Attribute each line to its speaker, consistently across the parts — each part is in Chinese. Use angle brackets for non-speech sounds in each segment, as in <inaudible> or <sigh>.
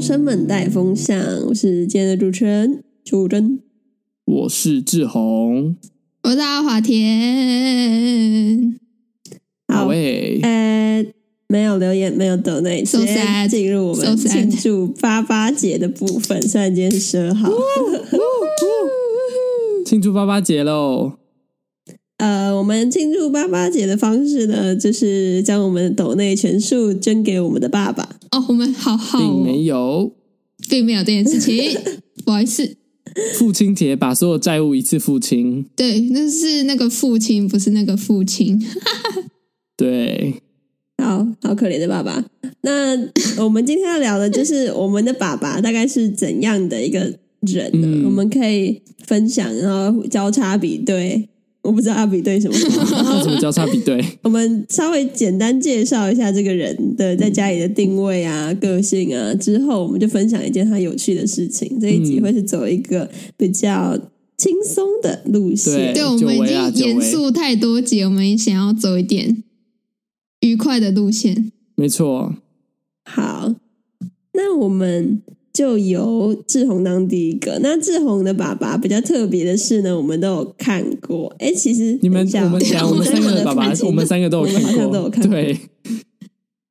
Speaker 1: 生们带风向，我是今天的主持人邱真。
Speaker 2: 我是志宏。
Speaker 3: 我是阿华田，
Speaker 2: 好欸诶、
Speaker 1: 呃，没有留言，没有抖内，
Speaker 3: So
Speaker 1: 直接
Speaker 3: sad
Speaker 1: 进入我们
Speaker 3: So sad
Speaker 1: 庆祝八八节的部分。虽然今天是十二号，
Speaker 2: 庆祝八八节喽！
Speaker 1: 呃，我们庆祝八八节的方式呢，就是将我们的抖内全数捐给我们的爸爸。
Speaker 3: <laughs> 哦，我们好好、
Speaker 2: 并
Speaker 3: 哦，
Speaker 2: 没有
Speaker 3: 并没有这件事情，
Speaker 2: <laughs>
Speaker 3: 不好意思，
Speaker 2: 父亲节把所有债务一次付清。
Speaker 3: 对，那是那个父亲，不是那个父亲，
Speaker 2: 对，
Speaker 1: 好好可怜的爸爸。那我们今天要聊的就是我们的爸爸大概是怎样的一个人呢？
Speaker 2: 嗯
Speaker 1: 我们可以分享，然后交叉比对。我不知道要比对什么， <laughs> 然后
Speaker 2: 那怎么交叉比对？
Speaker 1: <laughs> 我们稍微简单介绍一下这个人的在家里的定位啊、个性啊，之后我们就分享一件他有趣的事情。这一集
Speaker 2: 嗯
Speaker 1: 会是走一个比较轻松的路线，
Speaker 3: 对
Speaker 2: 久
Speaker 3: 我们
Speaker 2: 违啊
Speaker 3: 已经
Speaker 2: 久
Speaker 3: 严
Speaker 2: 违
Speaker 3: 肃太多集，我们想要走一点愉快的路线，
Speaker 2: 没错，
Speaker 1: 好，那我们就由志宏当第一个。那志宏的爸爸比较特别的是呢，我们都有看过。哎，其实
Speaker 2: 你
Speaker 1: 等
Speaker 2: 们
Speaker 1: 一下
Speaker 2: 我
Speaker 1: <laughs>
Speaker 2: 们讲，我们三个的爸爸，我们三个都有
Speaker 1: 我们好像都有
Speaker 2: 看
Speaker 1: 看过
Speaker 2: 过，对，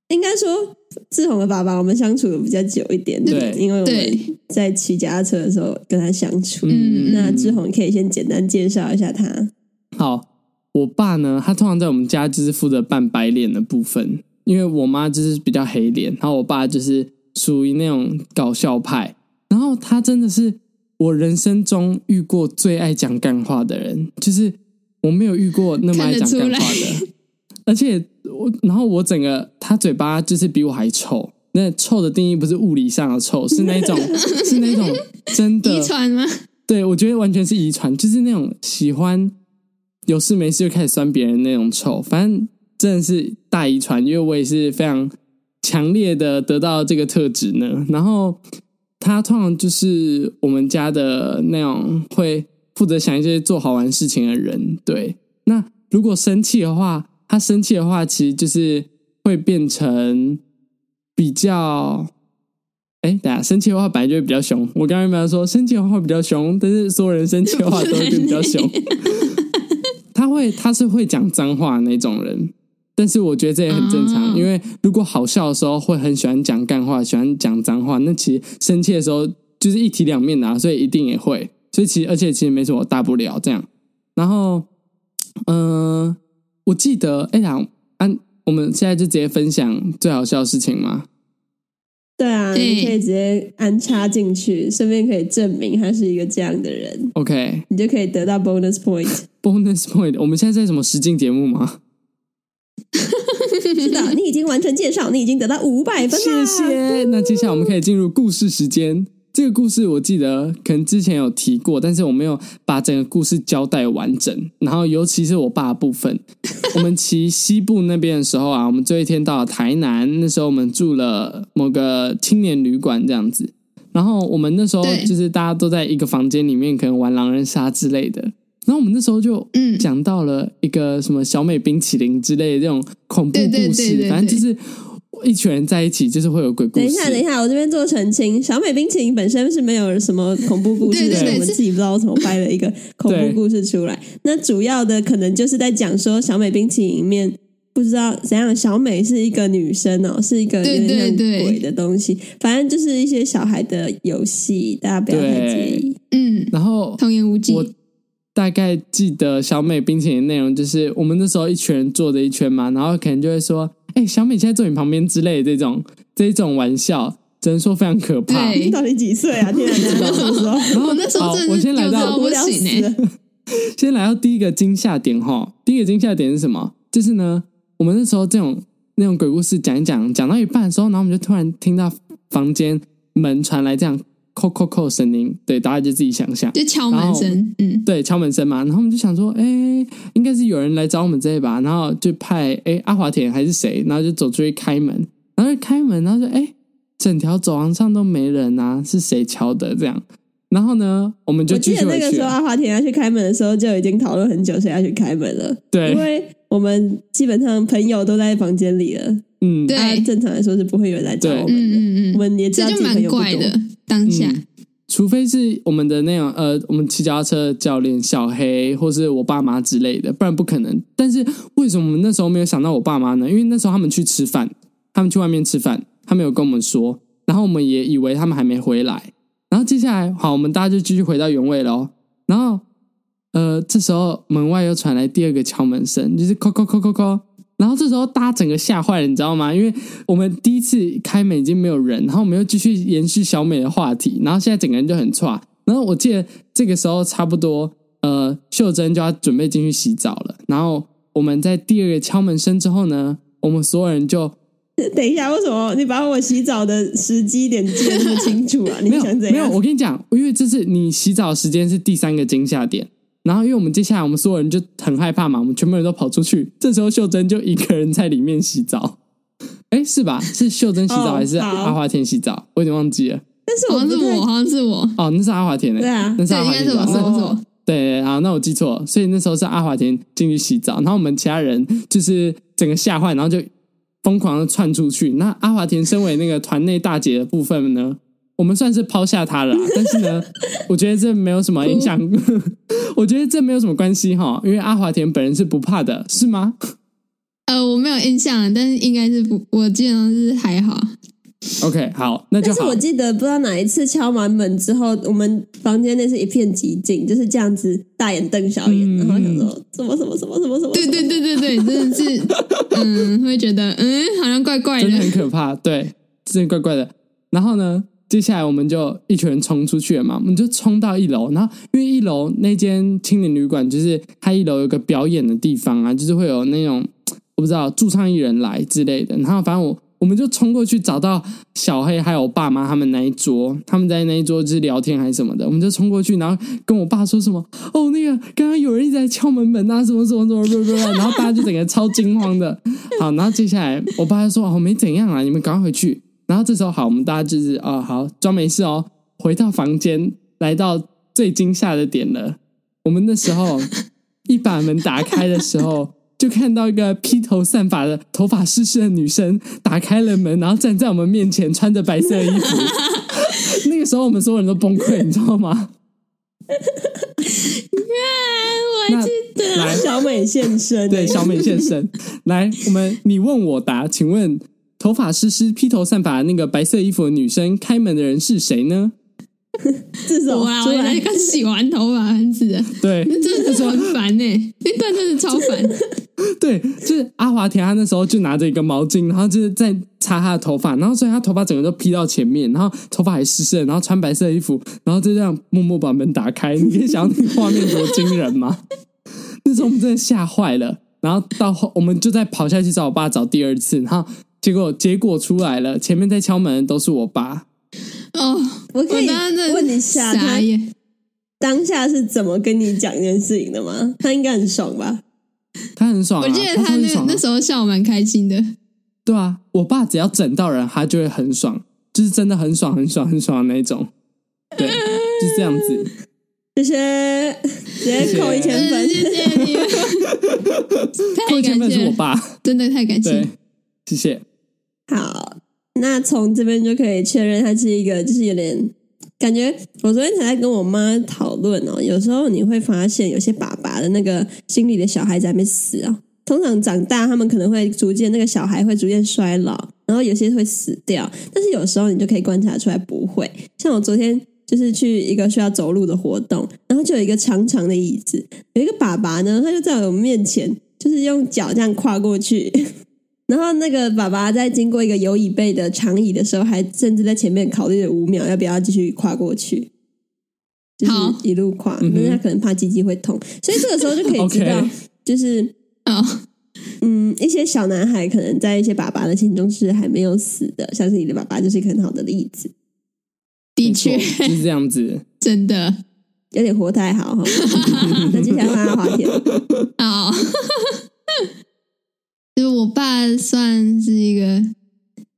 Speaker 1: <laughs> 应该说志宏的爸爸，我们相处的比较久一点，
Speaker 2: 对
Speaker 1: 因为我们
Speaker 3: 对，
Speaker 1: 在骑脚踏车的时候跟他相处。
Speaker 3: 嗯
Speaker 1: 那志宏可以先简单介绍一下他。
Speaker 2: 好，我爸呢，他通常在我们家就是负责扮白脸的部分，因为我妈就是比较黑脸，然后我爸就是属于那种搞笑派。然后他真的是我人生中遇过最爱讲干话的人，就是我没有遇过那么爱讲干话
Speaker 3: 看得
Speaker 2: 的。而且我，然后我整个他嘴巴就是比我还臭。那臭的定义不是物理上的臭，是那种是那种真的
Speaker 3: 遗传
Speaker 2: <laughs>
Speaker 3: 吗？
Speaker 2: 对，我觉得完全是遗传，就是那种喜欢有事没事就开始酸别人那种臭，反正真的是大遗传，因为我也是非常强烈的得到这个特质呢。然后他通常就是我们家的那种会负责想一些做好玩事情的人。对，那如果生气的话，他生气的话，其实就是会变成比较哎，等一下，生气的话本来就会比较凶。我刚刚原本要说生气的话会比较凶，但是所有人生气的话都会变比较凶。他会，他是会讲脏话的那种人，但是我觉得这也很正常，
Speaker 3: 哦
Speaker 2: 因为如果好笑的时候会很喜欢讲干话，喜欢讲脏话，那其实生气的时候就是一体两面的、啊，所以一定也会。所以其实，而且其实没什么大不了这样。然后，嗯、我记得，哎呀，安、我们现在就直接分享最好笑的事情吗？
Speaker 1: 对啊，
Speaker 3: 对
Speaker 1: 你可以直接安插进去，顺便可以证明他是一个这样的人，
Speaker 2: OK，
Speaker 1: 你就可以得到 bonus point。
Speaker 2: bonus point，我们现在在什么实境节目吗？
Speaker 1: 是的，你已经完成介绍，你已经得到五百分
Speaker 2: 谢
Speaker 1: 啦。
Speaker 2: 谢。那接下来我们可以进入故事时间。这个故事我记得可能之前有提过，但是我没有把整个故事交代完整。然后尤其是我爸的部分，我们骑西部那边的时候啊，我们最后一天到了台南，那时候我们住了某个青年旅馆这样子。然后我们那时候
Speaker 3: 对
Speaker 2: 就是大家都在一个房间里面，可能玩狼人杀之类的。然后我们那时候就
Speaker 3: <laughs> 嗯
Speaker 2: 讲到了一个什么小美冰淇淋之类的这种恐怖
Speaker 3: 对对
Speaker 2: 故
Speaker 3: 对
Speaker 2: 事，
Speaker 3: 对
Speaker 2: 反正就是一群人在一起，就是会有鬼故
Speaker 1: 等
Speaker 2: 事。
Speaker 1: 一下，等一下，我这边做澄清，小美冰淇淋本身是没有什么恐怖故事的，
Speaker 3: 对对对
Speaker 1: 我们
Speaker 3: 是
Speaker 1: 自己不知道为什么掰了一个恐怖故事出来。那主要的可能就是在讲说小美冰淇淋里面。不知道怎样，小美是一个女生哦，是一个有
Speaker 3: 对
Speaker 1: 点像
Speaker 3: 对对
Speaker 1: 鬼的东西，反正就是一些小孩的游戏，大家不要太介意。
Speaker 3: 嗯，
Speaker 2: 然后
Speaker 3: 童言无忌，
Speaker 2: 我大概记得小美冰淇淋内容就是，我们那时候一群人坐着一圈嘛，然后可能就会说：“哎、小美现在坐你旁边”之类的这种这种玩笑，只能说非常可怕。
Speaker 3: 对
Speaker 1: 你到底几岁啊？天啊，你知道什么时
Speaker 3: <laughs>
Speaker 1: 候？
Speaker 2: 然后
Speaker 3: 我那时候
Speaker 2: 好
Speaker 3: 真的
Speaker 2: 我
Speaker 3: 是
Speaker 2: 先来
Speaker 3: 丢
Speaker 2: 到
Speaker 3: 到
Speaker 1: 无
Speaker 3: 不
Speaker 1: 聊
Speaker 3: 行
Speaker 1: 死
Speaker 3: 哎、
Speaker 1: 了！
Speaker 2: 先来到第一个惊吓点哈，第一个惊吓点是什么？就是呢，我们那时候这种那种鬼故事讲一讲，讲到一半的时候，然后我们就突然听到房间门传来这样扣扣扣声音，对，大家就自己想象。
Speaker 3: 就敲门声，嗯，
Speaker 2: 对，敲门声嘛，然后我们就想说，哎、应该是有人来找我们这里吧，然后就派哎、阿华田还是谁，然后就走出去开门，然后就开门，然后就哎、整条走廊上都没人啊，是谁敲的这样？然后呢，我们就
Speaker 1: 我
Speaker 2: 继
Speaker 1: 记
Speaker 2: 续
Speaker 1: 得
Speaker 2: 回
Speaker 1: 那
Speaker 2: 去
Speaker 1: 个时
Speaker 2: 了。
Speaker 1: 候阿华田要去开门的时候，就已经讨论很久谁要去开门了。
Speaker 2: 对，
Speaker 1: 因为我们基本上朋友都在房间里了，
Speaker 2: 嗯，
Speaker 3: 对
Speaker 1: 啊正常来说是不会有人来找我
Speaker 3: 嗯
Speaker 1: 们的。
Speaker 3: 嗯
Speaker 1: 我
Speaker 3: 嗯，
Speaker 1: 们也知道
Speaker 3: 这
Speaker 1: 自
Speaker 3: 就
Speaker 1: 己朋
Speaker 3: 蛮
Speaker 1: 友不
Speaker 3: 怪
Speaker 1: 多
Speaker 3: 的。当下，
Speaker 2: 嗯除非是我们的那种呃，我们骑脚踏车的教练小黑，或是我爸妈之类的，不然不可能。但是为什么我们那时候没有想到我爸妈呢？因为那时候他们去吃饭，他们去外面吃饭，他们有跟我们说，然后我们也以为他们还没回来。然后接下来，好，我们大家就继续回到原位喽。然后，呃，这时候门外又传来第二个敲门声，就是敲敲敲敲敲。然后这时候大家整个吓坏了，你知道吗？因为我们第一次开门已经没有人，然后我们又继续延续小美的话题，然后现在整个人就很差。然后我记得这个时候差不多，呃，秀珍就要准备进去洗澡了。然后我们在第二个敲门声之后呢，我们所有
Speaker 1: <laughs>
Speaker 2: 人就
Speaker 1: <laughs> 等一下，为什么你把我洗澡的时机点记得那么清楚
Speaker 2: <laughs>
Speaker 1: 啊？你
Speaker 2: 没有
Speaker 1: 想怎
Speaker 2: 没有，
Speaker 1: 样？
Speaker 2: 我跟你讲，因为这是你洗澡时间是第三个惊吓点。然后，因为我们接下来我们所有人就很害怕嘛，我们全部人都跑出去。这时候秀珍就一个人在里面洗澡，哎，是吧？是秀珍洗澡
Speaker 1: 哦
Speaker 2: 还是
Speaker 1: 好
Speaker 2: 阿华田洗澡？我有点忘记了。
Speaker 1: 但是
Speaker 3: 好
Speaker 1: 我
Speaker 3: 像
Speaker 1: 不
Speaker 3: 是我，
Speaker 1: 太
Speaker 3: 哦好像是我，
Speaker 2: 哦，那是阿华田的、
Speaker 1: 对啊
Speaker 2: 那是
Speaker 3: 对，
Speaker 2: 阿
Speaker 3: 应
Speaker 2: 华
Speaker 3: 该
Speaker 2: 田
Speaker 3: 是我，
Speaker 2: 吧
Speaker 3: 是
Speaker 2: 那
Speaker 3: 我，是我。
Speaker 2: 对，好，那我记错了，所以那时候是阿华田进去洗澡，然后我们其他人就是整个吓坏，然后就疯狂的窜出去。那阿华田身为那个团内大姐的部分呢，我们算是抛下她了啦，啊但是呢，我觉得这没有什么影响， <laughs> 我觉得这没有什么关系哈，因为阿华田本人是不怕的，是吗？
Speaker 3: 呃，我没有印象，但是应该是不，我基本上是还好。
Speaker 2: OK，好，那就
Speaker 1: 但是
Speaker 2: 好
Speaker 1: 我。记得不知道哪一次敲完门之后，我们房间内是一片寂静，就是这样子大眼瞪小眼，
Speaker 2: 嗯
Speaker 1: 然后想说什么什么什么什么什么。
Speaker 3: 对对对对
Speaker 1: <laughs>
Speaker 3: 对，真的是，嗯，会觉得嗯，好像怪怪
Speaker 2: 真的很
Speaker 3: 的。
Speaker 2: 可怕，对，真的怪怪的。然后呢，接下来我们就一群人冲出去了嘛，我们就冲到一楼，然后因为一楼那间青年旅馆，就是它一楼有个表演的地方啊，就是会有那种我不知道驻唱艺人来之类的，然后反正我。我们就冲过去找到小黑还有我爸妈他们那一桌，他们在那一桌就是聊天还是什么的，我们就冲过去，然后跟我爸说什么哦，那个刚刚有人一直在敲门门啊，什么什么什么，什么然后大家就整个超惊慌的， <laughs> 好，然后接下来我爸就说：“哦，没怎样啊，你们赶快回去。”然后这时候好，我们大家就是哦，好装没事哦，回到房间，来到最惊吓的点了。我们那时
Speaker 3: <laughs>
Speaker 2: 候一把门打开的时候，就看到一个披头散发的、头发湿湿的女生打开了门，然后站在我们面前，穿着白色的衣
Speaker 3: <laughs>
Speaker 2: 服。那个时候我们所有人都崩溃，你知道
Speaker 3: <laughs>
Speaker 2: 吗？
Speaker 3: 看，我还
Speaker 2: 那
Speaker 3: 记得，
Speaker 2: 来，
Speaker 1: 小美现身，
Speaker 2: 对，小美先生，来，我们你问我答，请问头发湿湿、披头散发的那个白色衣服的女生，开门的人是谁呢？
Speaker 1: 至少
Speaker 3: 我啊，
Speaker 1: 出
Speaker 3: 我
Speaker 1: 来
Speaker 3: 那个洗完头发很紫的，
Speaker 2: 对
Speaker 3: <laughs> 那真的是很烦呢、
Speaker 1: <laughs>
Speaker 3: 那段真的超烦。
Speaker 2: 对，就是阿华田，他那时候就拿着一个毛巾，然后就是在擦他的头发，然后所以他头发整个都披到前面，然后头发还湿湿的，然后穿白色的衣服，然后就这样默默把门打开。你可以想象那个画面多惊人吗？那时候我们真的吓坏了，然后到后我们就在跑下去找我爸找第二次，然后结果结果出来了，前面在敲门的都是我爸。
Speaker 3: 哦，
Speaker 1: 我可以
Speaker 3: 当时真的
Speaker 1: 问一下
Speaker 3: 傻
Speaker 1: 他
Speaker 3: 眼。
Speaker 1: 当下是怎么跟你讲这件事情的吗？他应该很爽吧？
Speaker 2: 他很爽、啊，
Speaker 3: 我记得
Speaker 2: 他
Speaker 3: 他
Speaker 2: 超级
Speaker 3: 那
Speaker 2: 爽啊
Speaker 3: 那时候笑蛮开心的，
Speaker 2: 对啊，我爸只要整到人，他就会很爽，就是真的很爽、很爽、很爽的那一种。
Speaker 3: <laughs>
Speaker 2: 对，就是这样子。
Speaker 1: 谢谢，直接扣一千分
Speaker 3: 嗯，谢谢你们，太
Speaker 2: <laughs> 过千
Speaker 3: 感
Speaker 2: 份
Speaker 3: 谢
Speaker 2: 是我
Speaker 3: 了，
Speaker 2: 爸，
Speaker 3: 真的太感谢了
Speaker 2: 对。，谢谢。
Speaker 1: 好，那从这边就可以确认他是一个，就是有点感觉。我昨天才在跟我妈讨论哦，有时候你会发现有些爸爸的那个心里的小孩子还没死啊、通常长大，他们可能会逐渐那个小孩会逐渐衰老，然后有些会死掉。但是有时候你就可以观察出来不会。像我昨天就是去一个需要走路的活动，然后就有一个长长的椅子，有一个爸爸呢，他就在我们面前，就是用脚这样跨过去， <laughs> 然后那个爸爸在经过一个有椅背的长椅的时候，还甚至在前面考虑了五秒要不要继续跨过去，就是
Speaker 3: 好
Speaker 1: 一路跨，
Speaker 2: 嗯哼
Speaker 1: 但是他可能怕鸡鸡会痛，所以这个时候就可以知道
Speaker 2: <laughs> OK，
Speaker 1: 就是
Speaker 3: 哦，
Speaker 1: 嗯，一些小男孩可能在一些爸爸的心中是还没有死的，像是你的爸爸就是一个很好的例子，
Speaker 3: 的
Speaker 2: 没错
Speaker 3: 确，
Speaker 2: 就是这样子。
Speaker 3: 真的
Speaker 1: 有点活太
Speaker 2: <laughs>
Speaker 1: 好哈。那接下来换阿华田，
Speaker 3: 哦， <laughs> 就是我爸算是一个，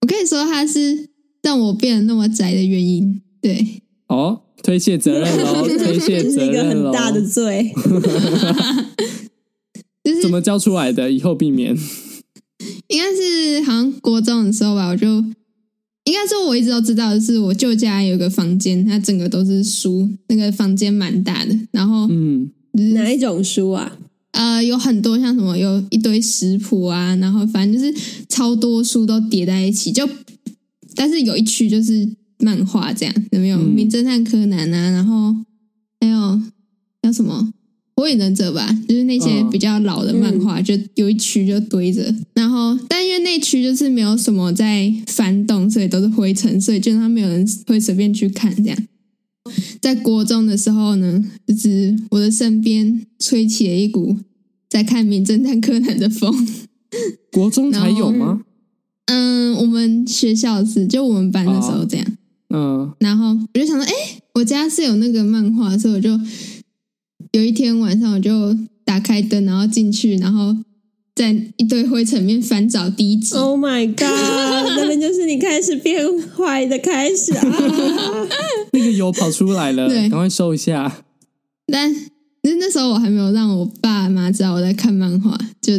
Speaker 3: 我可以说他是让我变得那么宅的原因。对，
Speaker 2: 哦，推卸责
Speaker 3: <laughs>
Speaker 2: 任喽，推卸
Speaker 1: 这是
Speaker 2: 责
Speaker 1: 一个
Speaker 2: 任哦
Speaker 1: 很
Speaker 2: 喽。
Speaker 1: 大的罪。
Speaker 3: 就是
Speaker 2: 怎么教出来的？以后避免。
Speaker 3: 应该是好像国中的时候吧，我就应该说我一直都知道，就是我舅家有个房间，它整个都是书，那个房间蛮大的，然后
Speaker 2: 嗯，
Speaker 3: 就是
Speaker 1: <laughs> 哪一种书啊？
Speaker 3: 呃，有很多像什么，有一堆食谱啊，然后反正就是超多书都叠在一起，就但是有一区就是漫画这样，有没有？
Speaker 2: 嗯
Speaker 3: 名侦探柯南啊，然后还有叫什么火影忍者吧，就是那些
Speaker 2: 嗯
Speaker 3: 比较老的漫画，就有一区就堆着，然后但因为那区就是没有什么在翻动，所以都是灰尘，所以基本上没有人会随便去看这样。在国中的时候呢，就是我的身边吹起了一股在看《名侦探柯南》的风。
Speaker 2: 国中才有吗？
Speaker 3: 嗯，我们学校是就我们班的时候这样，
Speaker 2: 嗯
Speaker 3: 然后我就想说，哎、我家是有那个漫画，所以我就有一天晚上我就打开灯，然后进去，然后在一堆灰尘里面翻找第一集。
Speaker 1: Oh my god！那边就是你开始变坏的开始
Speaker 2: <laughs>
Speaker 1: 啊！
Speaker 2: 那个油跑出来了，
Speaker 3: 对
Speaker 2: 赶快收一下。
Speaker 3: 但就是那时候我还没有让我爸妈知道我在看漫画，就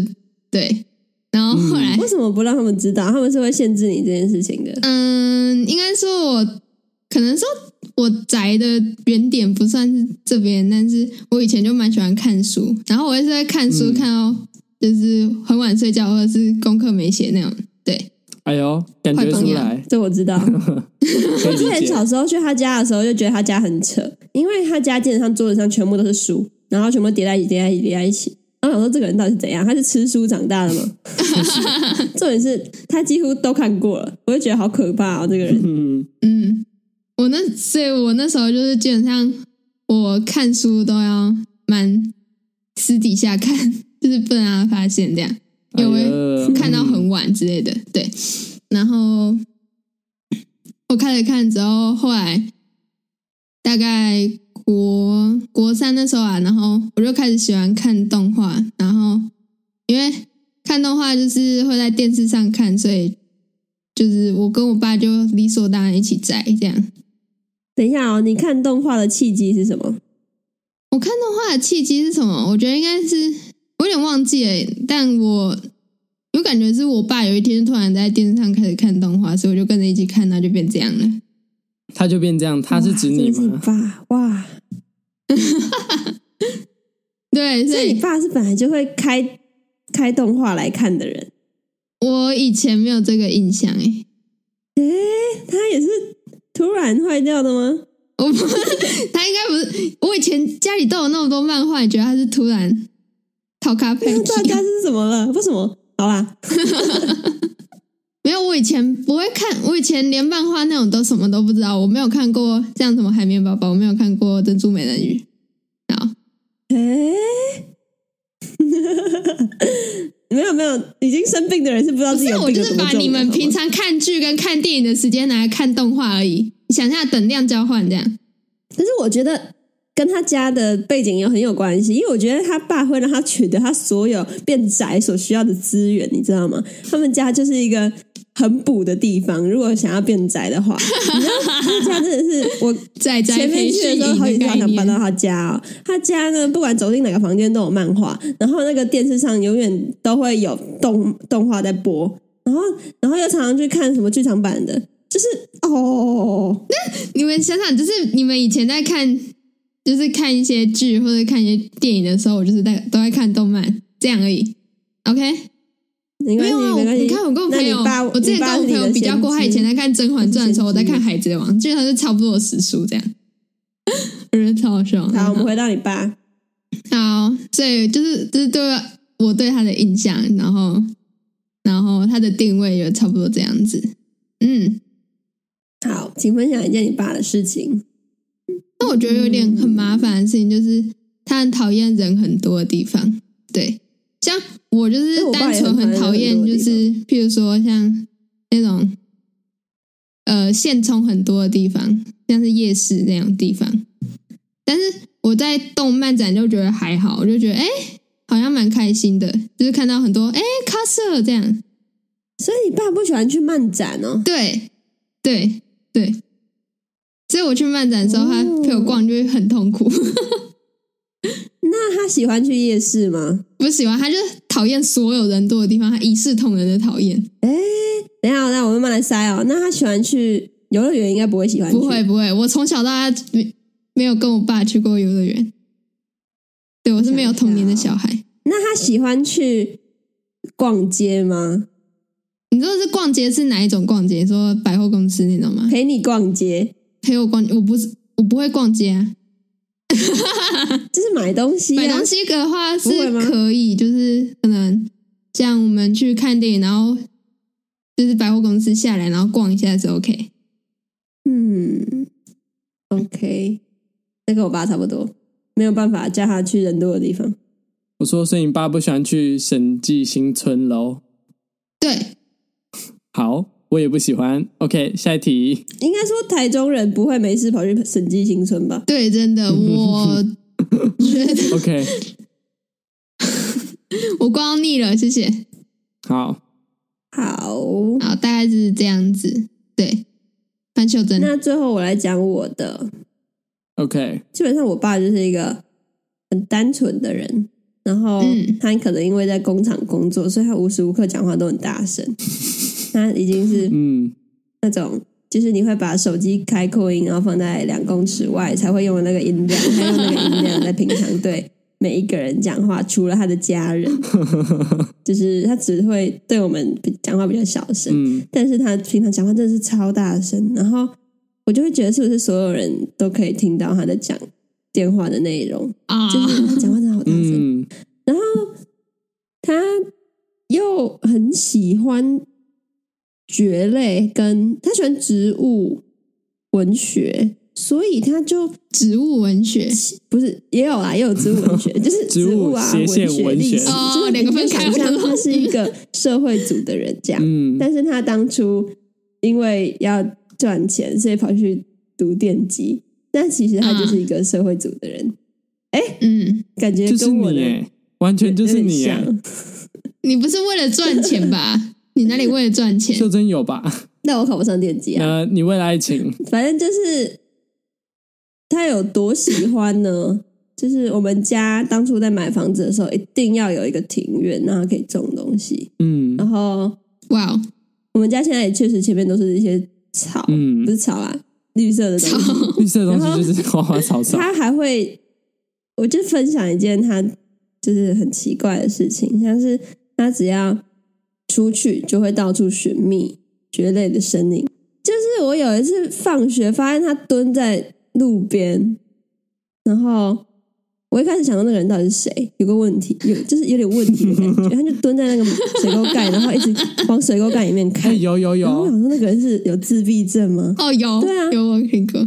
Speaker 3: 对。然后后来
Speaker 1: 为什么不让他们知道？他们是会限制你这件事情的。
Speaker 3: 嗯，应该说我可能说我宅的原点不算是这边，但是我以前就蛮喜欢看书，然后我也是在看书、
Speaker 2: 嗯
Speaker 3: 看到就是很晚睡觉或者是功课没写那种。对，
Speaker 2: 哎呦，感觉出来，
Speaker 1: 这我知道。
Speaker 2: 可以
Speaker 1: 之
Speaker 2: 理
Speaker 1: 前
Speaker 2: 解。
Speaker 1: 小时候去他家的时候，就觉得他家很扯，因为他家基本上桌子上全部都是书，然后全部叠在一起，叠在一起，叠在一起。然后想说这个人到底是怎样？他是吃书长大的
Speaker 2: <laughs>
Speaker 1: 吗？重点是他几乎都看过了，我就觉得好可怕哦，这个人。
Speaker 2: 嗯，
Speaker 3: 嗯，我那所以我那时候就是基本上我看书都要蛮私底下看， <laughs> 就是不能让他发现这样。
Speaker 2: 哎
Speaker 3: 因为
Speaker 2: 呦嗯
Speaker 3: 看到很晚之类的。对，然后我开始看之后，后来大概国国三的时候啊，然后我就开始喜欢看动画，然后因为看动画就是会在电视上看，所以就是我跟我爸就理所当然一起宅这样。
Speaker 1: 等一下哦，你看动画的契机是什么？
Speaker 3: 我看动画的契机是什么？我觉得应该是我有点忘记了，但我有感觉是我爸有一天突然在电视上开始看动画，所以我就跟着一起看，那就变这样了。
Speaker 2: 他就变这样，他是指你
Speaker 1: 哇真的是？
Speaker 2: 吗
Speaker 1: 你爸哇，
Speaker 3: 对，所
Speaker 1: 所以你
Speaker 3: 以
Speaker 1: 爸是本来就会开开动画来看的人。
Speaker 3: 我以前没有这个印象欸诶，
Speaker 1: 诶，他也是突然坏掉的吗？
Speaker 3: 我不他应该不是我以前家里都有那么多漫画，你觉得他是突然淘咖啡
Speaker 1: 那？大家是怎么了？为什么？好啦，
Speaker 3: <laughs> 没有，我以前不会看，我以前连漫画那种都什么都不知道，我没有看过像什么海绵宝宝，我没有看过珍珠美人鱼，好。
Speaker 1: 诶， <laughs> 没有没有，已经生病的人是不知道
Speaker 3: 不
Speaker 1: 自己
Speaker 3: 是，
Speaker 1: 有
Speaker 3: 我
Speaker 1: 病
Speaker 3: 就
Speaker 1: 有
Speaker 3: 是
Speaker 1: 多重
Speaker 3: 把
Speaker 1: 的
Speaker 3: 你们平
Speaker 1: 好
Speaker 3: 常看剧跟看电影的时间拿来看动画而已。你想一下，等量交换这样，
Speaker 1: 吗可是我觉得。跟他家的背景也很有关系，因为我觉得他爸会让他取得他所有变宅所需要的资源，你知道吗？他们家就是一个很补的地方，如果想要变宅的话，你知道他家真的是我
Speaker 3: 在在
Speaker 1: 前面
Speaker 3: 培
Speaker 1: 去
Speaker 3: 训
Speaker 1: 的时候，
Speaker 3: 营
Speaker 1: 好几
Speaker 3: 的
Speaker 1: 次好
Speaker 3: 概
Speaker 1: 想搬到
Speaker 3: 念。
Speaker 1: 他家哦。他家呢，不管走进哪个房间都有漫画，然后那个电视上永远都会有动动画在播，然后然后又常常去看什么剧场版的，就是哦，
Speaker 3: 你们想想，就是你们以前在看，就是看一些剧或者看一些电影的时候，我就是在都在看动漫这样而已。OK，
Speaker 1: 没关
Speaker 3: 没
Speaker 1: 系，
Speaker 3: 有啊，我
Speaker 1: 没关系。
Speaker 3: 你看我跟我
Speaker 1: 那
Speaker 3: 朋
Speaker 1: 你
Speaker 3: 友，
Speaker 1: 爸
Speaker 3: 我之前
Speaker 1: 你
Speaker 3: 跟
Speaker 1: 爸
Speaker 3: 我
Speaker 1: 是
Speaker 3: 朋
Speaker 1: 你的
Speaker 3: 友比较
Speaker 1: 先
Speaker 3: 过，他以
Speaker 1: 知
Speaker 3: 前在看《甄嬛传》的时候，我在
Speaker 1: 先知
Speaker 3: 看《海贼王》，基本上是差不多的时数这样。 <laughs> 我觉得超好笑。
Speaker 1: 好，我们回到你爸，
Speaker 3: 好，所以就是就是对我对他的印象，然后然后他的定位也差不多这样子。嗯，
Speaker 1: 好，请分享一件你爸的事情。
Speaker 3: 那我觉得有点
Speaker 1: 嗯
Speaker 3: 很麻烦的事情，就是他很讨厌人很多的地方。对，像我就是
Speaker 1: 哎我爸
Speaker 3: 单
Speaker 1: 也
Speaker 3: 纯
Speaker 1: 很
Speaker 3: 很
Speaker 1: 讨
Speaker 3: 讨
Speaker 1: 厌人
Speaker 3: 厌，
Speaker 1: 很多的
Speaker 3: 就是譬如说像那种呃现充很多的地方，像是夜市那种地方。但是我在动漫展就觉得还好，我就觉得哎、好像蛮开心的，就是看到很多哎卡色这样，
Speaker 1: 所以你爸不喜欢去漫展哦，
Speaker 3: 对对对。所以我去漫展的时候，他
Speaker 1: 哦
Speaker 3: 陪我逛就会很痛苦。
Speaker 1: 那他喜欢去夜市吗？
Speaker 3: 不喜欢，他就讨厌所有人多的地方，他一视同仁的讨厌。
Speaker 1: 等一下，那我慢慢来筛哦。那他喜欢去游乐园，应该不会喜欢去。
Speaker 3: 不会不会，我从小到大没没有跟我爸去过游乐园。对，我是没有童年的小孩。
Speaker 1: 那他喜欢去逛街吗？
Speaker 3: 你说是逛街是哪一种逛街？你说百货公司那种吗？
Speaker 1: 陪你逛街，
Speaker 3: 陪我逛，我不是我不会逛街啊。
Speaker 1: 就是买东西、啊。
Speaker 3: 买东西的话是
Speaker 1: 不会吗
Speaker 3: 可以，就是可能像我们去看电影，然后就是百货公司下来，然后逛一下是 OK。
Speaker 1: 嗯，OK，那跟我爸差不多，没有办法叫他去人多的地方。
Speaker 2: 我说，所以你爸不喜欢去审计新村喽？
Speaker 3: 对，
Speaker 2: 好，我也不喜欢。OK，下一题。
Speaker 1: 应该说台中人不会没事跑去审计新村吧？
Speaker 3: 对，真的，我觉得
Speaker 2: OK， <laughs>
Speaker 3: 我逛到腻了，谢谢。
Speaker 2: 好，
Speaker 1: 好，
Speaker 3: 好，大概是这样子。对，翻袖珍，
Speaker 1: 那最后我来讲我的。
Speaker 2: OK，
Speaker 1: 基本上我爸就是一个很单纯的人，然后
Speaker 3: 嗯
Speaker 1: 他可能因为在工厂工作，所以他无时无刻讲话都很大
Speaker 3: <laughs>
Speaker 1: 声。他已经是
Speaker 2: 嗯，
Speaker 1: 那种，就是你会把手机开扩音，然后放在两公尺外才会用的那个音量，他用那个音量在平常对每一个人讲话，除了他的家
Speaker 2: <laughs>
Speaker 1: 人，就是他只会对我们比讲话比较小声。
Speaker 2: 嗯，
Speaker 1: 但是他平常讲话真的是超大声，然后我就会觉得是不是所有人都可以听到他在讲电话的内容，
Speaker 3: 啊，
Speaker 1: 就是他讲话真的好大声。
Speaker 2: 嗯，
Speaker 1: 然后他又很喜欢蕨类，跟他喜欢植物文学，所以他就
Speaker 3: 植物文学。
Speaker 1: 不是也有啦，也有植物文学，
Speaker 2: <laughs>
Speaker 1: 就是
Speaker 2: 植物
Speaker 1: 啊、
Speaker 2: 斜线
Speaker 1: 文
Speaker 2: 文
Speaker 1: 历
Speaker 2: 学
Speaker 1: 史，
Speaker 3: 哦
Speaker 1: 就是
Speaker 3: 两个
Speaker 1: 你
Speaker 3: 分
Speaker 1: 就
Speaker 3: 开
Speaker 1: 想象
Speaker 3: 了
Speaker 1: 他是一个社会组的人这样。
Speaker 2: 嗯，
Speaker 1: 但是他当初因为要赚钱，所以跑去读电机。但其实他就是一个社会组的人，
Speaker 3: 嗯，
Speaker 1: 感觉
Speaker 2: 啊就是
Speaker 1: 跟我
Speaker 2: 你
Speaker 1: 的
Speaker 2: 耶，完全就是你
Speaker 1: 有点
Speaker 2: 耶。
Speaker 1: 像。
Speaker 3: 你不是为了赚
Speaker 1: <laughs>
Speaker 3: 钱吧？你哪里为了赚钱？
Speaker 2: 秀珍有吧？
Speaker 1: 但我考不上电机啊，
Speaker 2: 呃，你为了爱情，
Speaker 1: 反正就是他有多喜欢呢？ <laughs> 就是我们家当初在买房子的时候，一定要有一个庭院，然后可以种东西。
Speaker 2: 嗯
Speaker 1: 然后
Speaker 3: 哇哦，
Speaker 1: 我们家现在也确实前面都是一些草，
Speaker 2: 嗯
Speaker 1: 不，是草啊，绿色的东西。
Speaker 3: 操！
Speaker 2: 绿色的东西就是花花草草，
Speaker 1: 他还会，我就分享一件他就是很奇怪的事情，像是他只要出去就会到处寻觅蕨类的身影。就是我有一次放学发现他蹲在路边，然后我一开始想到那个人到底是谁，有个问题，有就是有点问题的感觉，他就蹲在那个水沟盖，然后一直往水沟盖里面
Speaker 2: 哎，
Speaker 1: 看。
Speaker 2: 有有
Speaker 1: 然后我
Speaker 2: 有，
Speaker 1: 想说那个人是有自闭症吗？
Speaker 3: 哦，有，
Speaker 1: 对啊
Speaker 3: 有我听过。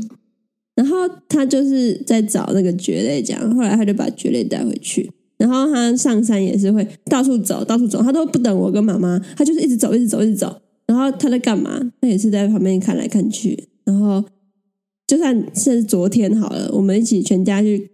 Speaker 1: 然后他就是在找那个蕨类这样，后来他就把蕨类带回去。然后他上山也是会到处走，到处走，他都不等我跟妈妈，他就是一直走，一直走，一直走。然后他在干嘛？他也是在旁边看来看去。然后就算是昨天好了，我们一起全家去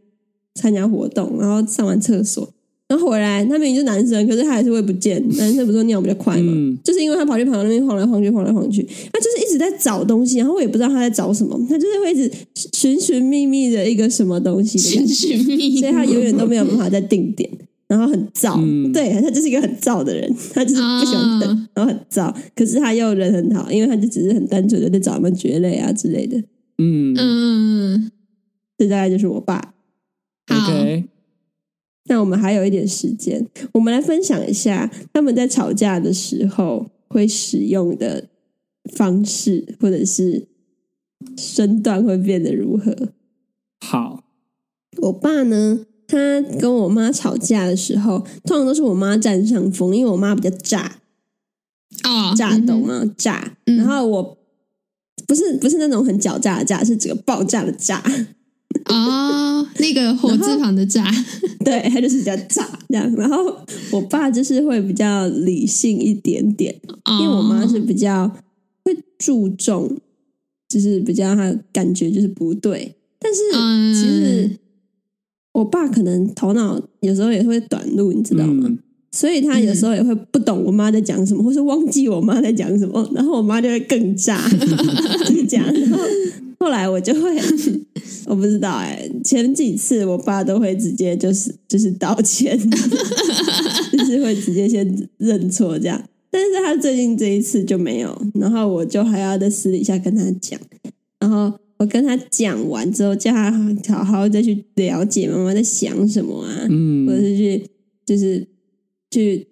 Speaker 1: 参加活动，然后上完厕所，然后回来，他明明就男生，可是他还是会不见。男生不是说尿比较快吗？
Speaker 2: 嗯
Speaker 1: 就是因为他跑去朋友那边晃来晃去，晃来晃去，他就是一直在找东西，然后我也不知道他在找什么，他就是会一直寻寻觅觅的一个什么东西的感
Speaker 3: 寻
Speaker 1: 觉，
Speaker 3: 寻觅，
Speaker 1: 所以
Speaker 3: <laughs>
Speaker 1: 他永远都没
Speaker 3: 嗯
Speaker 1: 有办法在定点，然后很燥，
Speaker 2: 嗯
Speaker 1: 对他就是一个很燥的人，他就是不喜欢等，
Speaker 3: 啊
Speaker 1: 然后很燥，可是他又人很好，因为他就只是很单纯的在找什么蕨类啊之类的，
Speaker 2: 嗯
Speaker 3: 嗯，
Speaker 1: 这大概就是我爸。
Speaker 3: 好
Speaker 2: ，OK，
Speaker 1: 那我们还有一点时间，我们来分享一下他们在吵架的时候会使用的方式，或者是身段会变得如何。
Speaker 2: 好，
Speaker 1: 我爸呢，他跟我妈吵架的时候，通常都是我妈占上风，因为我妈比较炸，
Speaker 3: 哦，
Speaker 1: 炸
Speaker 3: 嗯哼
Speaker 1: 懂？吗？炸。
Speaker 3: 嗯
Speaker 1: 然后我不是不是那种很狡诈的炸，是整个爆炸的炸。
Speaker 3: 哦，那个火字旁的炸，
Speaker 1: <laughs> 对，他就是比较炸这样。然后我爸就是会比较理性一点点，
Speaker 3: 因
Speaker 1: 因为我妈是比较会注重，就是比较她感觉就是不对，但是
Speaker 3: 嗯
Speaker 1: 其实我爸可能头脑有时候也会短路，你知道吗？
Speaker 2: 嗯
Speaker 1: 所以他有时候也会不懂我妈在讲什么，或是忘记我妈在讲什么，然后我妈就会更炸，就是这样。然后后来我就会，我不知道欸哎、前几次我爸都会直接就是就是道歉，就就是会直接先认错这样。但是他最近这一次就没有，然后我就还要在私底下跟他讲，然后我跟他讲完之后，叫他好好再去了解妈妈在想什么啊，或者
Speaker 2: 嗯，
Speaker 1: 是去就是去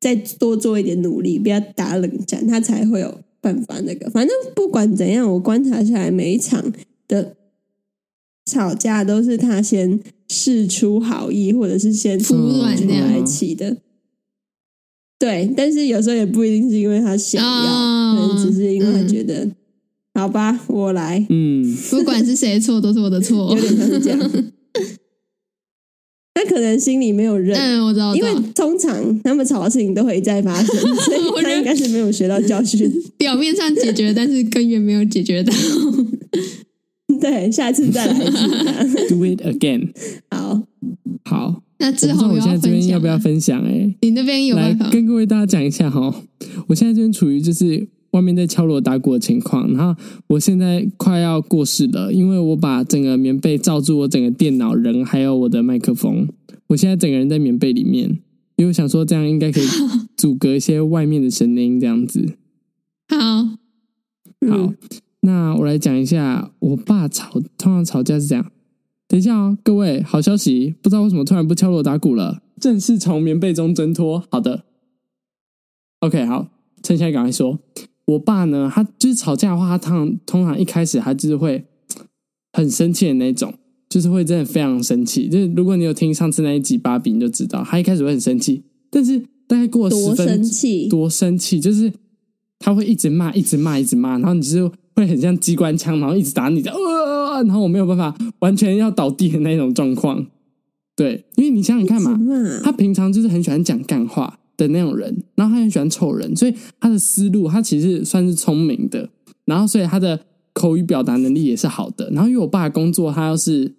Speaker 1: 再多做一点努力，不要打冷战，他才会有办法那个。反正不管怎样，我观察下来，每一场的吵架都是他先示出好意，或者是先
Speaker 2: 嗯
Speaker 3: 服软
Speaker 1: 出
Speaker 3: 这样
Speaker 1: 来起的。对，但是有时候也不一定是因为他想要，可能只是因为他觉得、好吧，我来，
Speaker 2: 嗯，
Speaker 3: 不管是谁的错，都是我的
Speaker 1: <laughs>
Speaker 3: 错
Speaker 1: 有。点像是这样。他可能心里没有认，
Speaker 3: 嗯，我知道，
Speaker 2: 哦
Speaker 3: 我知
Speaker 1: 因
Speaker 3: 道
Speaker 1: 为
Speaker 2: 啊
Speaker 1: 通常他们吵的事情都会一再发生，
Speaker 2: <laughs>
Speaker 1: 所以他应该是没有学到教训。
Speaker 3: 表面上解决，但是根源没有解决到。
Speaker 1: 对，下次再来一次。
Speaker 2: <laughs> Do it again。
Speaker 1: 好，
Speaker 2: 好，
Speaker 3: 那
Speaker 2: 我
Speaker 3: 志
Speaker 2: 不知道
Speaker 3: 宏
Speaker 2: 我
Speaker 3: 有
Speaker 2: 现在这
Speaker 3: 分
Speaker 2: 边
Speaker 3: 享，
Speaker 2: 要不要？分享、欸？
Speaker 3: 你那边有
Speaker 2: 来
Speaker 3: 办法吗？
Speaker 2: 跟各位大家讲一下哈，我现在这边处于就是外面在敲锣打鼓的情况，然后我现在快要过世了，因为我把整个棉被罩住我整个电脑、人还有我的麦克风，我现在整个人在棉被里面，因为我想说这样应该可以阻隔一些外面的声音，这样子。
Speaker 3: 好，
Speaker 1: 嗯
Speaker 2: 好，那我来讲一下，我爸吵，通常吵架是这样。等一下哦，各位，好消息，不知道为什么突然不敲锣打鼓了，正式从棉被中挣脱。好的，OK，好，趁现在赶快说。我爸呢，他就是吵架的话，他通常通常一开始他就是会很生气的那种，就是会真的非常生气。就是如果你有听上次那一集芭比，你就知道他一开始会很生气，但是大概过了十
Speaker 1: 多
Speaker 2: 分
Speaker 1: 生气，
Speaker 2: 多生气，就是他会一直骂，一直骂，一直骂，然后你就是会很像机关枪，然后一直打你的，呃，然后我没有办法，完全要倒地的那种状况。对，因为你想想看嘛，他
Speaker 1: 嘛？
Speaker 2: 平常就是很喜欢讲干话的那种人，然后他很喜欢臭人，所以他的思路他其实算是聪明的，然后所以他的口语表达能力也是好的。然后因为我爸的工作，他要是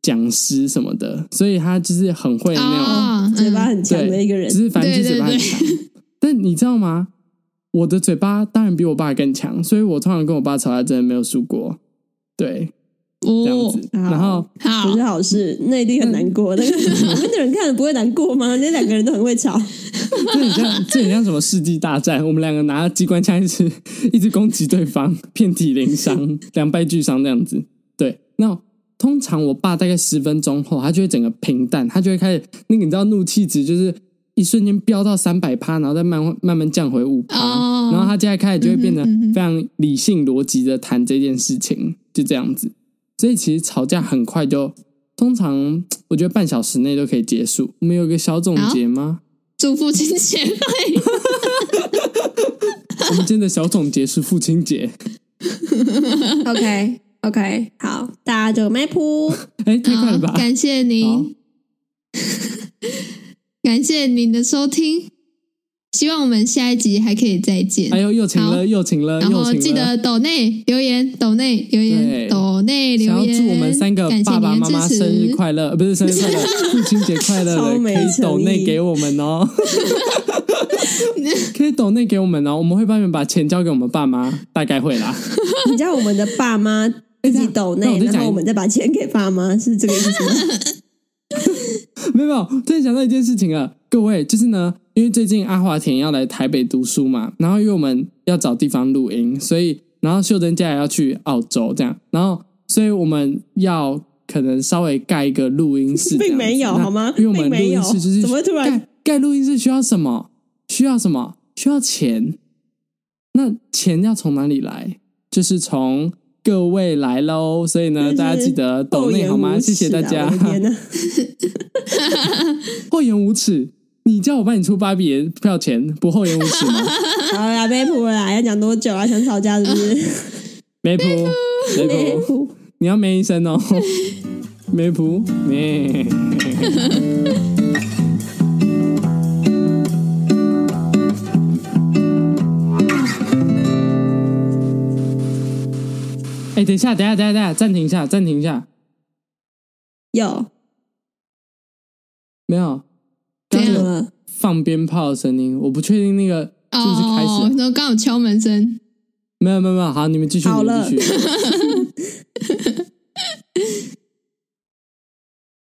Speaker 2: 讲师什么的，所以他就是很会那
Speaker 1: 哦
Speaker 2: 种。
Speaker 3: 啊，
Speaker 1: 嘴巴
Speaker 3: 嗯
Speaker 1: 很强的一个人
Speaker 2: 只，是反正就是嘴巴很
Speaker 3: 对
Speaker 2: 强。但你知道吗？我的嘴巴当然比我爸更强，所以我通常跟我爸吵架真的没有输过。对，这样
Speaker 3: 哦
Speaker 2: 子。，然后
Speaker 1: 不
Speaker 3: 好
Speaker 1: 是，好事，那一定很难过。那个旁边的人看了不会难过吗？那两个人都很会
Speaker 2: <laughs>
Speaker 1: 吵，
Speaker 2: 这很像这很像什么世纪大战，我们两个拿机关枪一直一直攻击对方，遍体鳞伤，两败俱伤这样子。对，那通常我爸大概十分钟后，他就会整个平淡，他就会开始那个你知道怒气值就是一瞬间飙到三百趴，然后再慢慢慢慢降回五趴，
Speaker 3: 哦
Speaker 2: 然后他接下来开始就会变得
Speaker 3: 嗯哼嗯哼
Speaker 2: 非常理性逻辑的谈这件事情，就这样子。所以其实吵架很快就。通常我觉得半小时内都可以结束。我们有个小总结吗？
Speaker 3: 祝父亲节快乐。
Speaker 2: 我们今天的小总结是父亲节。
Speaker 1: OK OK，好，大家就迈扑。
Speaker 2: 哎， <laughs> 太快了
Speaker 3: 好
Speaker 2: 吧！
Speaker 3: 感谢
Speaker 2: 好
Speaker 3: 您，感谢您的收听，希望我们下一集还可以再见。
Speaker 2: 哎呦，又请
Speaker 3: 好
Speaker 2: 了，又请了，
Speaker 3: 然
Speaker 2: 又
Speaker 3: 后
Speaker 2: 请了。
Speaker 3: 记得抖内留言，抖内留
Speaker 2: 对
Speaker 3: 言，抖内
Speaker 2: 想
Speaker 3: 留
Speaker 2: 要
Speaker 3: 言。
Speaker 2: 祝我们三个
Speaker 3: 感谢
Speaker 2: 爸爸
Speaker 3: 您
Speaker 2: 妈
Speaker 3: 的
Speaker 2: 妈
Speaker 3: 支持
Speaker 2: 生日快乐，呃不是生日
Speaker 3: <laughs>
Speaker 2: 快乐，父亲节快乐
Speaker 1: 超
Speaker 2: 的，
Speaker 1: 没
Speaker 2: 可以抖
Speaker 1: 诚意
Speaker 2: 内给我们哦，
Speaker 3: <laughs>
Speaker 2: 可以抖内给我们哦，我们会帮你们把钱交给我们爸妈，大概会啦。
Speaker 1: <laughs> 你叫我们的爸妈自己抖
Speaker 2: 那我
Speaker 1: 内，
Speaker 2: 哎再讲一
Speaker 1: 然后我们再把钱给爸妈，是这个意思吗？
Speaker 2: <laughs> 没有，没有，突然想到一件事情了，各位，就是呢，因为最近阿华田要来台北读书嘛，然后因为我们要找地方录音，所以然后秀珍家也要去澳洲这样，然后所以我们要可能稍微盖一个录音室这样子，
Speaker 1: 并没有
Speaker 2: 那
Speaker 1: 好吗
Speaker 2: 因为我们
Speaker 1: 并
Speaker 2: 录
Speaker 1: 没有
Speaker 2: 音室就是
Speaker 1: 怎么会突然
Speaker 2: 盖盖录音室需要什么？需要什么？需要钱。那钱要从哪里来？就是从各位来喽，所以呢，大家记得 <laughs> 抖内好吗？谢谢大家。
Speaker 1: 厚颜无耻啊我的天哪
Speaker 2: 厚颜无耻！你叫我帮你出芭比的票钱，不厚颜无耻吗？
Speaker 1: 好啦，被扑了啦，要讲多久啊？想吵架是不是？
Speaker 2: 梅普，梅普，
Speaker 1: 扑，
Speaker 2: 你要梅医生哦，梅普，梅。哎，等一下，等一下，等一下，等一下，暂停一下，暂停一下，
Speaker 1: <laughs> 有
Speaker 2: 没有，
Speaker 3: 怎
Speaker 2: 刚
Speaker 1: 怎
Speaker 2: 刚
Speaker 1: 么
Speaker 2: 有
Speaker 1: 了？
Speaker 2: 放鞭炮的声音，我不确定那个是不是开始
Speaker 3: 哦
Speaker 2: 了，
Speaker 3: 然后刚好敲门声。
Speaker 2: 没有没有没有，好，你们继续，
Speaker 1: 好
Speaker 2: 你们
Speaker 1: 了
Speaker 2: 继续。